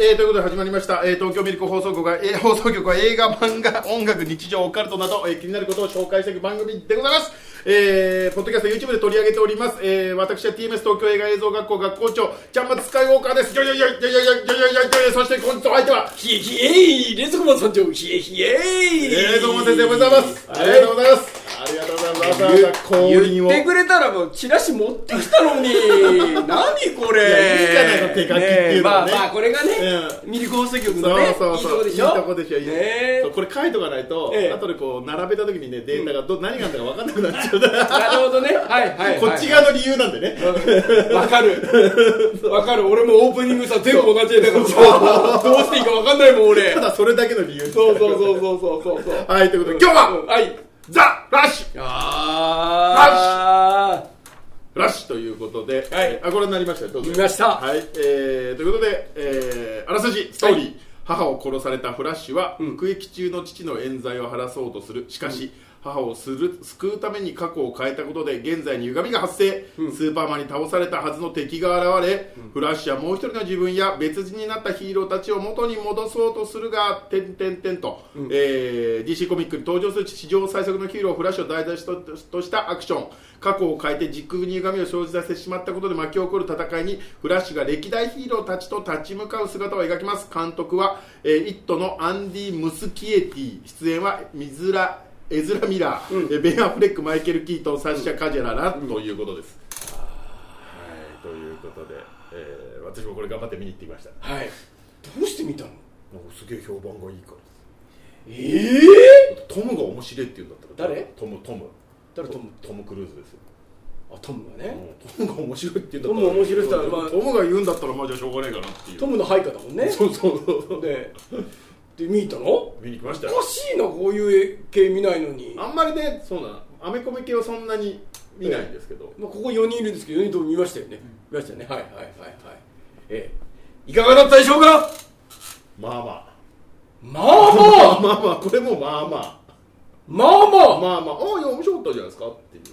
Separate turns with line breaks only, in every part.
えーということで始まりました、えー東京ミルク放送局が、えー放送局は映画、漫画、音楽、日常、オカルトなど、えー気になることを紹介していく番組でございます。えーポッドキャスト、YouTube で取り上げております。えー私は TMS 東京映画映像学校学校長、ちゃんまつスカイウォーカーです。よいよいよいよいよいよいよいよいよいよそして本日のお相手は、
ひえひえい連続マン参上ひえひえい
えー、どうも先生おめでとうございます。ありがとうございます。ありがとうございます。わざわざ降臨
言
を。
ってくれたらもうチラシ持ってきた のに何これ
いやいいじゃないの手書きっていうのはね
えまあまあこれがね、ミルク放送局のね
そうそうそう
いい
いい
とこ
とこ
で
で
し
し
ょ
ょ
ね
いいとこそ
え
うこれ書いとかないと、
ええ
後でこう並べた時にねデータがど、何があったか分かんなくなっちゃうから
なるほどねはいはい、はい、
こっち側の理由なんでね、
わかるわかる俺もオープニングさ全部同じ絵だからさどうしていいかわかんないもん俺
ただそれだけの理由
そうそうそうそうそうそうそう
はいということで今日は、
はい
ザ・ラッシュ
ああ
ラッシュということで、
はい
あこれになりましたよどうぞ
見ました
はい、えー、ということで、えー、あらすじストーリー、母を殺されたフラッシュは、服役中の父の冤罪を晴らそうとするしかし、母をする救うために過去を変えたことで現在に歪みが発生、スーパーマンに倒されたはずの敵が現れ、フラッシュはもう一人の自分や別人になったヒーローたちを元に戻そうとするが点々点と、えー DC コミックに登場する史上最速のヒーローフラッシュを題材としたアクション過去を変えて時空に歪みを生じさせてしまったことで巻き起こる戦いにフラッシュが歴代ヒーローたちと立ち向かう姿を描きます監督は「えーイット!」のアンディ・ムスキエティ出演は水らエズラ・ミラー、えーベン・アフレックマイケル・キートンサッシャ・カジェララ、ということです、はいということで、えー私もこれ頑張って見に行ってきました
はいどうして見たの
もうすげえ評判がいいから
ええ
トムが面白いって言うんだったら
誰
トムトム
誰トム
トム・クルーズですよ
あトムがね、
トムが面白いって言うんだ
トム面白いって言ったらまあ
トムが言うんだったらまあじゃあしょうがねえかなっていう
トムの配下だもんね
そうそうそう
でで見たのお
見に来ましたよ
かしいなこういう系見ないのに、まあ、
あんまりねそうなアメコミ系はそんなに見ないんですけど、
ここ4人いるんですけど4人とも見ましたよね、見ましたよねはいはいはいはいええいかがだったでしょうか
まあま
まあ
あまあまあこれもまあま
まあま
あ
あまあ
まあまあああいや面白かったじゃないですかっていう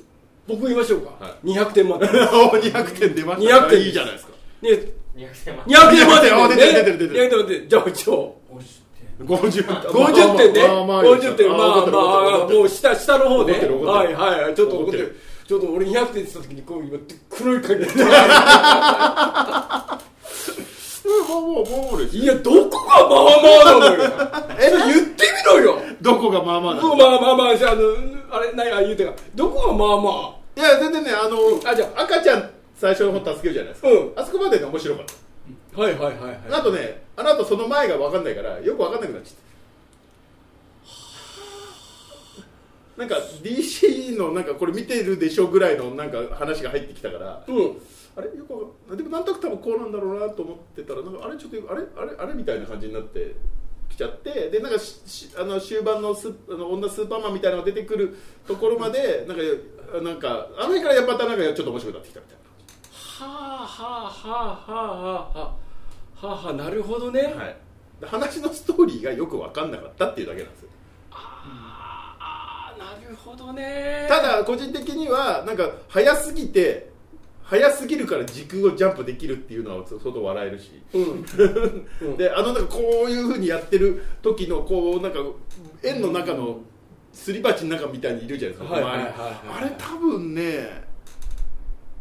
僕言いましょうか、
は
200 点満点ね
お200点出ました
200点
いいじゃないですか
200
200点満
点満点
あ出てる出てる出てる
200点満点じゃあ一応
50
50点
50点ね、
まあまあ
50点、まあまあ、もう
し
下、下の方ね
怒ってる、怒っ
は
て
い
る
はいはい、ちょっと怒
怒
っ
っててる
る、ちょっと俺200点って言った時に、こう、今、黒い影が、
まあまあまあまあです
い
よ
や、どこがまあまあなのよ、え言ってみろよ、
どこがまあまあな
どこ
の
まあまあまあ、じゃあ、あの、あれ、ない、あ、言うてか、どこがまあま
いや全然ねあの
あじゃ
赤ちゃん最初の方助けるじゃないですか、
うん
あそこまでで面白かった
あ、はいはいはいはい、
あとね、あの後その前が分かんないから、よく分かんなくなっちゃった。なんか DC のなんかこれ見てるでしょぐらいのなんか話が入ってきたから、
うん、
あれよくわかんでもなんとなく多分こうなんだろうなと思ってたらなんかあれちょっとあれあれあれみたいな感じになってきちゃってでなんかししあの終盤のスあの女スーパーマンみたいなのが出てくるところまでなんかあなんかあの辺からやっぱまたなんかちょっと面白くなってきたみたいな。
はあはあはあはあはあ、はあはあ、なるほどね、
はい、話のストーリーがよく分かんなかったっていうだけなんですよ
ああ、なるほどね、
ただ個人的にはなんか早すぎて早すぎるから時空をジャンプできるっていうのは相当笑えるし、
うん、
であのなんかこういうふうにやってる時のこうなんか円の中のすり鉢の中みたいにいるじゃないですか、
はいはいはい
あれ多分ね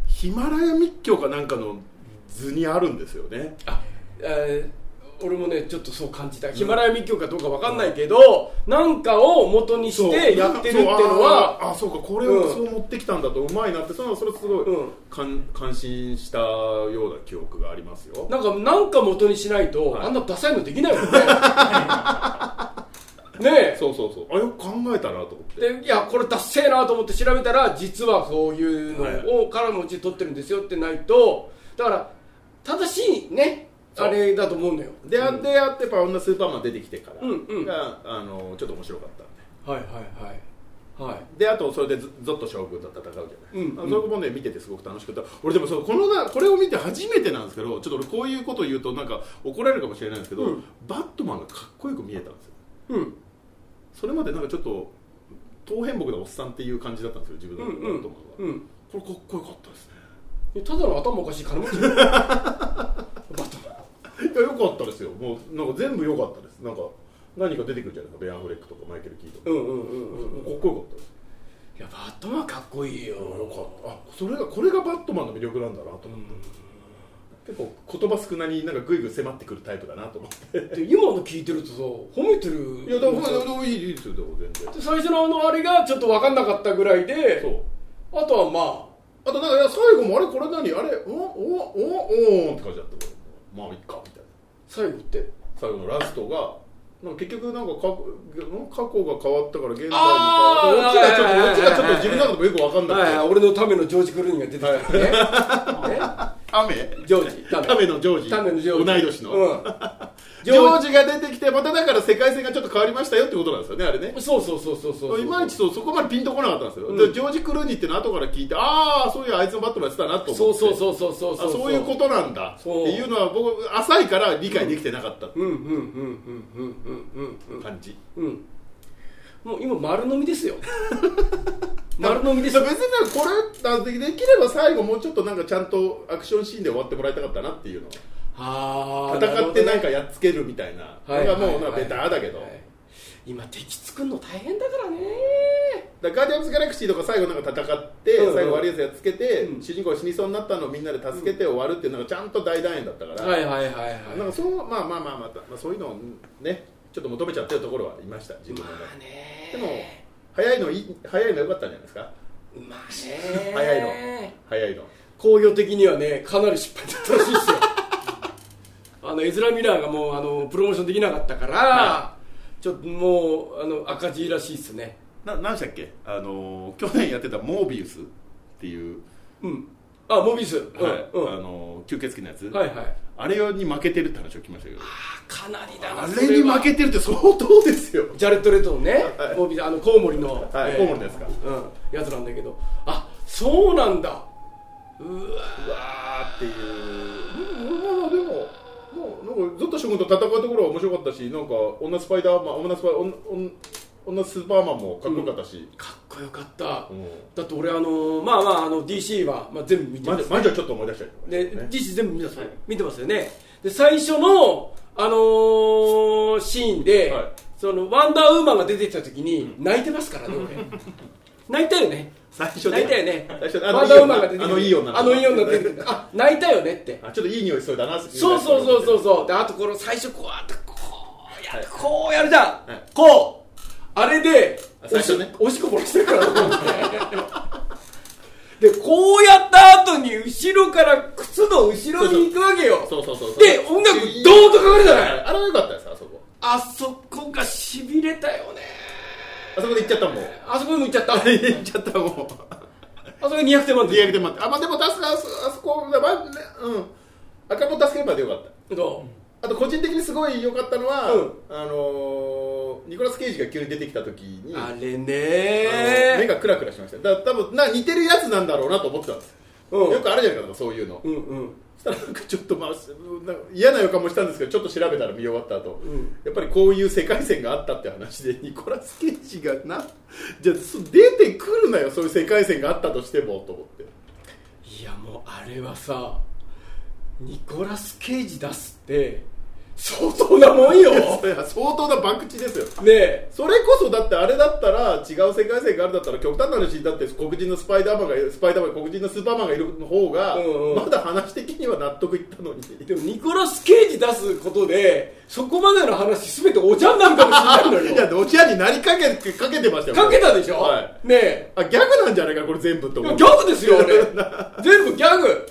ヒマラヤ密教かなんかの図にあるんですよね
あえー俺もねちょっとそう感じたヒマラヤ密教かどうかわかんないけど、なんかを元にしてやってるっていうのは
そうあーあそうかこれをそう持ってきたんだとうまいなってそのそれすごい、
うん
感感心したような記憶がありますよ
なんかなんか元にしないと、
はい
あんなダサいのできない もんねねえ
そうそうそうあよく考えたなと思って
でいやこれダッセーなと思って調べたら実はこういうのを、からのうち取ってるんですよってないとだから正しいね
そう
あれだと思うのよ
であであってやっぱ女スーパーマン出てきてからが、
うんうん
あのちょっと面白かったんで
はいはいはいはい
であとそれでゾゾッと将軍と戦うじゃない、
う
あ
ん
そこもね見ててすごく楽しくて俺でもそうこのなこれを見て初めてなんですけどちょっと俺こういうこと言うとなんか怒られるかもしれないんですけど、
うん
バットマンがかっこよく見えたんですよ
うん
それまでなんかちょっと当変木のおっさんっていう感じだったんですよ自分
う
の
ん
バ
う
ッ
ん
トマンは、
うん
これかっこよかったですね
ただの頭おかしい金持ちだよバットマン
いや良かったですよもうなんか全部良かったですなんか何か出てくるじゃないですかベアンフレックとかマイケル・キートン
うんうんうんうんうん
かっこよかったです
いやバットマンかっこいいよ
よかったあそれがこれがバットマンの魅力なんだなと思って、結構言葉少なになんかグイグイ迫ってくるタイプだなと思って
で今の聞いてるとさ褒めてる
いやだからでもいいいいですよでも全然
で最初のあのあれがちょっと分かんなかったぐらいで
そう
あとはま
あとなんかいや最後もあれこれ何あれおおおおって感じだったからまあいっかみたいな
あ最後って
最後のラストがなんか結局なんか過去過去が変わったから現在も変
あー
わったオチがちょっと
はいはいはい
オチがちょっと自分なんかもよくわかんなくて、
はい俺のためのジョージ・クルーニーが出てき たねね
雨
ジョージタメ
タメのジョージ
タメのジョージ
同い年の、
うん、
ジョージが出てきてまただから世界線がちょっと変わりましたよってことなんですよねあれね
そうそうそうそうそう
いまいちそうそこまでピンとこなかったんですよ、
うん
でジョージ・クルーニーっての後から聞いてああそういうあいつのバットマンやってたなと思って
そうそうそうそうそう
あそういうことなんだって
そう
いうのは僕浅いから理解できてなかった
うんうんうんうんうんうんうん
感じ、
うんもう今丸飲みですよ 丸飲みで
別
す
に
よ
なんかこれあでできれば最後もうちょっとなんかちゃんとアクションシーンで終わってもらいたかったなっていうの
あー
戦ってなん
る
かやっつけるみたいな
ほど
の
ね
がもうなんかベターだけど、
はい今敵作るの大変だからね
だからガーディアンズ・ギャラクシーとか最後なんか戦って、
うんうん
最後悪いやつやっつけて、
うん
主人公が死にそうになったのをみんなで助けて終わるっていうのがちゃんと大団円だったから、
はいはいはいはい
なんかそうまあまあまあまた、まあ、そういうのをねちょっと求めちゃってるところはいました自分の中で、
まあね
でも早いのいい早いの良かったんじゃないですか
まあね
早いの早いの
工業的にはねかなり失敗だったらしい ですよあのエズラ・ミラーがもうあのプロモーションできなかったから、
は
ちょっともうあの赤字らしいですね
な何でしたっけあのー去年やってたモービウスっていう、
うんあモビウス、うん
はい
うん
あのー吸血鬼のやつ、
はいはい
あれに負けてるって話を聞きましたけど
あかなりだな
あれに負けてるって相当ですよ
ジャレット・レトのね、
はい
モビあのコウモリの、
はい
えー
コウモリのやつか
うん、やつなんだけどあそうなんだうわ
うわーっていうまあでももうなんかずっと諸君と戦うところは面白かったしなんか女スパイダーマン女スパイ女女女スーパーマンもかっこよかったし、
かっこよかった、
うん
だって俺あのーまあまああの DC は、まあ、全部見て
マ
ま
ジ
す
マジはちょっと思い出したりとか
で、
ね
DC 全部見てます,、見てますよねで最初の、あのーシーンで、
はい
そのワンダーウーマンが出てきた時に泣いてますからね俺 泣いたよね
最初
泣いたよね
最初
ワンダーウーマンが出てき
あのいい女
あのいい女が出て
て
きたあ泣いたよねって
あちょっといい匂いしそうだな
そうそうそうそううそうであとこの最初こうやってこうやって
は
こうやるじゃん、
はい
こうあれで
あ最初ね
おしおしっこ漏らしてるからと思ってでこうやった後に後ろから靴の後ろに行くわけよ
そうそうそうそう
で音楽ドーンとかかるじゃない
あれは良かったですあそこ
あそこがしびれたよね
あそこで行っちゃったもん
あそこにも行っちゃったあ
行っちゃったもん
そこに200点満
リア
点
クで待ってあまあでも確かあそあそこまあねうん赤も助ければでよかった
どう
あと個人的にすごい良かったのは、
うん
あのーニコラス・ケイジが急に出てきた時に
あれ
あの目
ね
がクラクラしましただから多分な似てるやつなんだろうなと思ってたんです、
うん
よくあるじゃないかそういうの、
うんうん
そしたらなんかちょっとまあなんか嫌な予感もしたんですけどちょっと調べたら見終わった後、
ん
やっぱりこういう世界線があったって話でニコラス・ケイジがなじゃあそ出てくるなよそういう世界線があったとしてもと思って
いやもうあれはさニコラス・ケイジ出すって相当なもんよ
いや
ね
それは相当な博打ですよ
え
それこそだってあれだったら違う世界線があるだったら極端な話だって黒人のスパイダーマンがいるスパイダーマン黒人のスーパーマンがいる方が、
うんうん
まだ話的には納得いったのに
でもニコラス・ケイジ出すことでそこまでの話全てお茶になるかもしれない
い
のよ
やどちらになりかけかけてましたよ
かけたでしょ、
はい
ねえ
あギャグなんじゃないかこれ全部と思
いや
う
ギャグですよ俺全部ギャグ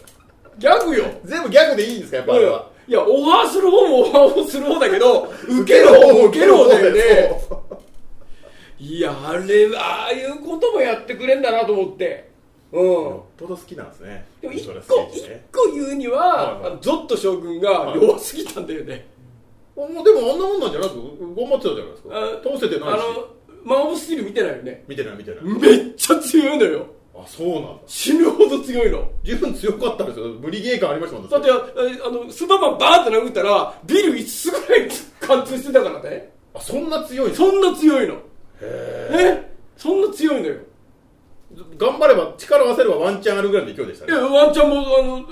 ギャグよ
全部ギャグでいいんですかやっぱあれは、
いやオファーする方もオファーをする方だけ ど受ける方も受ける方だよね
そう
いやあれああいうこともやってくれんだなと思ってうん
よっぽど好きなんですね
でも一
ニ
個
コラスケイ
一
ジね
個言うに
はい
は、
はい
あのゾッと将軍が弱すぎたんだよね、
あもうでもあんなもんなんじゃなく頑張ってたじゃないです
あ
か通せてないし
あのマン・オブ・スティール見てないよね
見てない見てない
めっちゃ強いのよ
あそうなんだ
死ぬほど強いの
十分強かったですよ無理ゲー感ありましたもん
だってああのスーパーマンバーンって殴ったらビル5つぐらい貫通してたからね
あそんな強いんですか
そんな強いのえそんな強いのよ
頑張れば力を合わせればワンチャンあるぐらいの勢いでした
い
ね
やワンちゃんもあの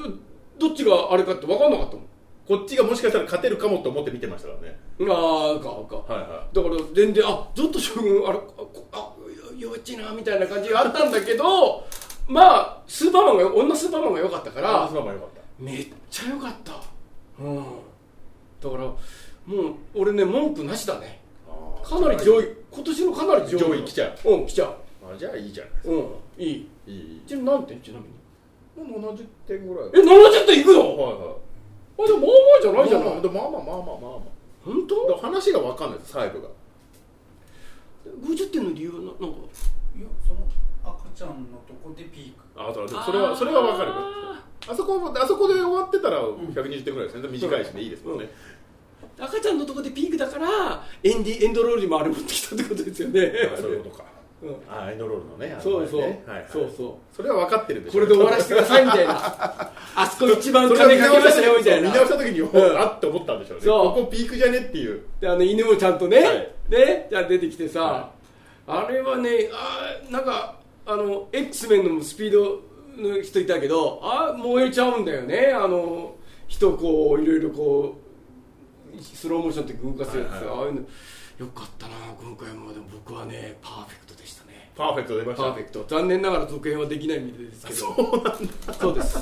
どっちがあれかって分かんなかったもん
こっちがもしかしたら勝てるかもと思って見てましたからね
ああかか
はいは
だから全然あずっと将軍あれあこあ弱っちいなみたいな感じがあったんだけどまあスーパーマンがよ女スーパーマンが良かったか
あ
ら
あそうもよかった
めっちゃ良かったうんだからもう俺ね文句なしだねかなり上位今年のかなり上位
上位来ちゃ
ううん来ちゃ
あじゃあいいじゃな
ううんいい
いいいいい
ちなみに何点ちなみに
70点ぐらい
え70点いくの
はいはい
あでもまあまあじゃないじゃない
まあまあまあまあまあまあま
本
あ
当
だから話が分かんないです細部が
50点の理由はななんか
いやその赤ちゃんのとこでピーク
あだからでもそれはそれは分かるあそこもあそこで終わってたら120点ぐらいですね短いしねいいですもんね
赤ちゃんのとこでピークだからエンディエンドロールにもあれ持ってきたってことですよね
あそういうことか
うん
あアイドロールのねあの
そうそう、
ねはいはい
そうそ
それは分かってるんで
う
しょ
これで終わらせてくださいみたいな あそこ一番
それは
金
見
か
直
けま
し
したたよみたいな
見直した時に
うん
あって思ったんでしょうね
そう
ここピークじゃねっていう
であの犬もちゃんとね、
はい
ねじゃあ出てきてさ、
は
あれはねあーなんかあの X メンのスピードの人いたけどあー燃えちゃうんだよねあの人をこういろいろこうスローモーションって動かすやつ、
はいはい
ああいうのよかったな今回もでも僕はねパーフェクトでしたね
パーフェクト出まし
パー
た
フェクト残念ながら続編はできないみたいですけどそうなんだそうです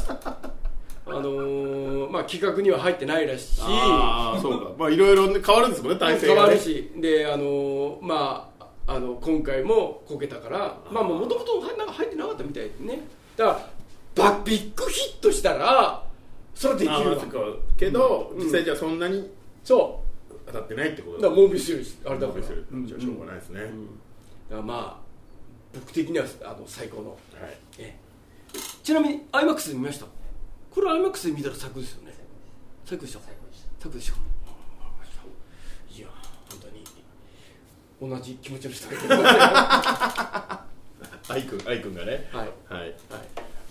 あのーまあ企画には入ってないらしい
ああそうかまあいろいろね変わるんですもんね体制
変
が
わ
ね
るしであのーまああの今回もこけたからまあもともと入ってなかったみたいでねだからバビッグヒットしたらそれはできる
あー
わ
そっかけど
うん
実際じゃあそんなに
そ
当たってないってこ
う
と
だ
だ
からモービスよりあれだか
モービ
ら
スより
うん
じゃあしょうがないですね
うんだからまあ僕的にはあの最高の
はい
ええちなみに IMAX で見ましたこれ IMAX で見たら作ですよね作でした
最高でし
作でしょいや本当に同じ気持ちの人がい るは
愛くん愛くんがね
い、はい、
はい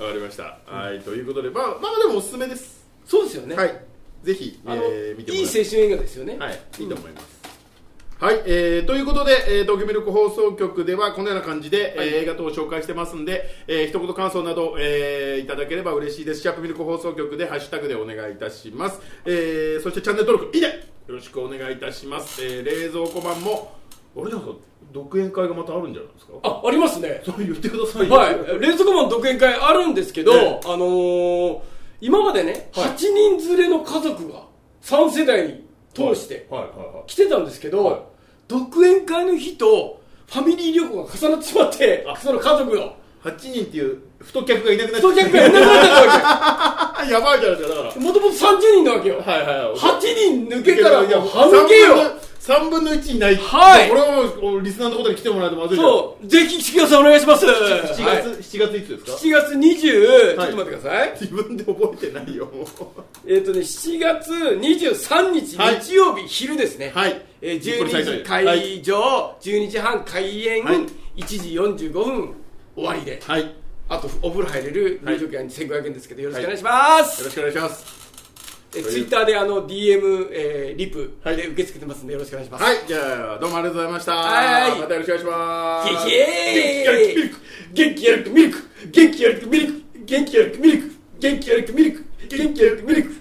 わかりましたはいということでまあまあでもおすすめです
そうですよね、
はいぜひ
あの
えー見ても
いい
ら
青春映画ですよね
はい、いいと思います。はい、えーということで、えー、東京ミルク放送局ではこのような感じで、
はい
えー映画等を紹介してますんで、えー一言感想など、えーいただければ嬉しいです。シャープミルク放送局でハッシュタグでお願いいたします。えーそしてチャンネル登録、いいねよろしくお願いいたします。えー冷蔵庫版も、あれなんか、独演会がまたあるんじゃないですか
あありますね
そう言ってくださいよ。
はい連続マン独演会あるんですけど、
え
あのー今までね、
はい
8人連れの家族が3世代に通して、
はい、はい、はい。
来てたんですけど、
はい
独演会の日とファミリー旅行が重なってしまって
あ
その家族の
8人っていう太客がいなくなっちゃ
太客がいなくなっちゃったわ
あ やばいじゃないですか、だか
けもともと30人なわけよ
ら。はい、はい。
8人抜けたらもう半減よ
3分の1にない、
はい
これはもうリスナーのところに来てもらえてまずいじゃん
そうぜひ岸川さんお願いします
7月、
はい
7月いつですか
7月20、
はい
ちょっと待ってください
自分で覚えてないよもう
えっ、とね7月23日、
はい
日曜日昼ですね、
はい
えー
ゆっくり
12時
再生はい
会場、12時半開演、
はい
1時45分終わりで
はいよ
あとお風呂入れる
はい
入場券1500円ですけどよろしくお願いします、
ろしくお願いします
えツイッターであの DM、えーリプ
はい
で受け付けてますんでよろしくお願いします、
はいじゃあどうもありがとうございました
はい
またよろしくお願いします
元気やるくミルク元気やるくミルク元気やるくミルク元気やるくミルク元気やるくミルク元気やるくミルク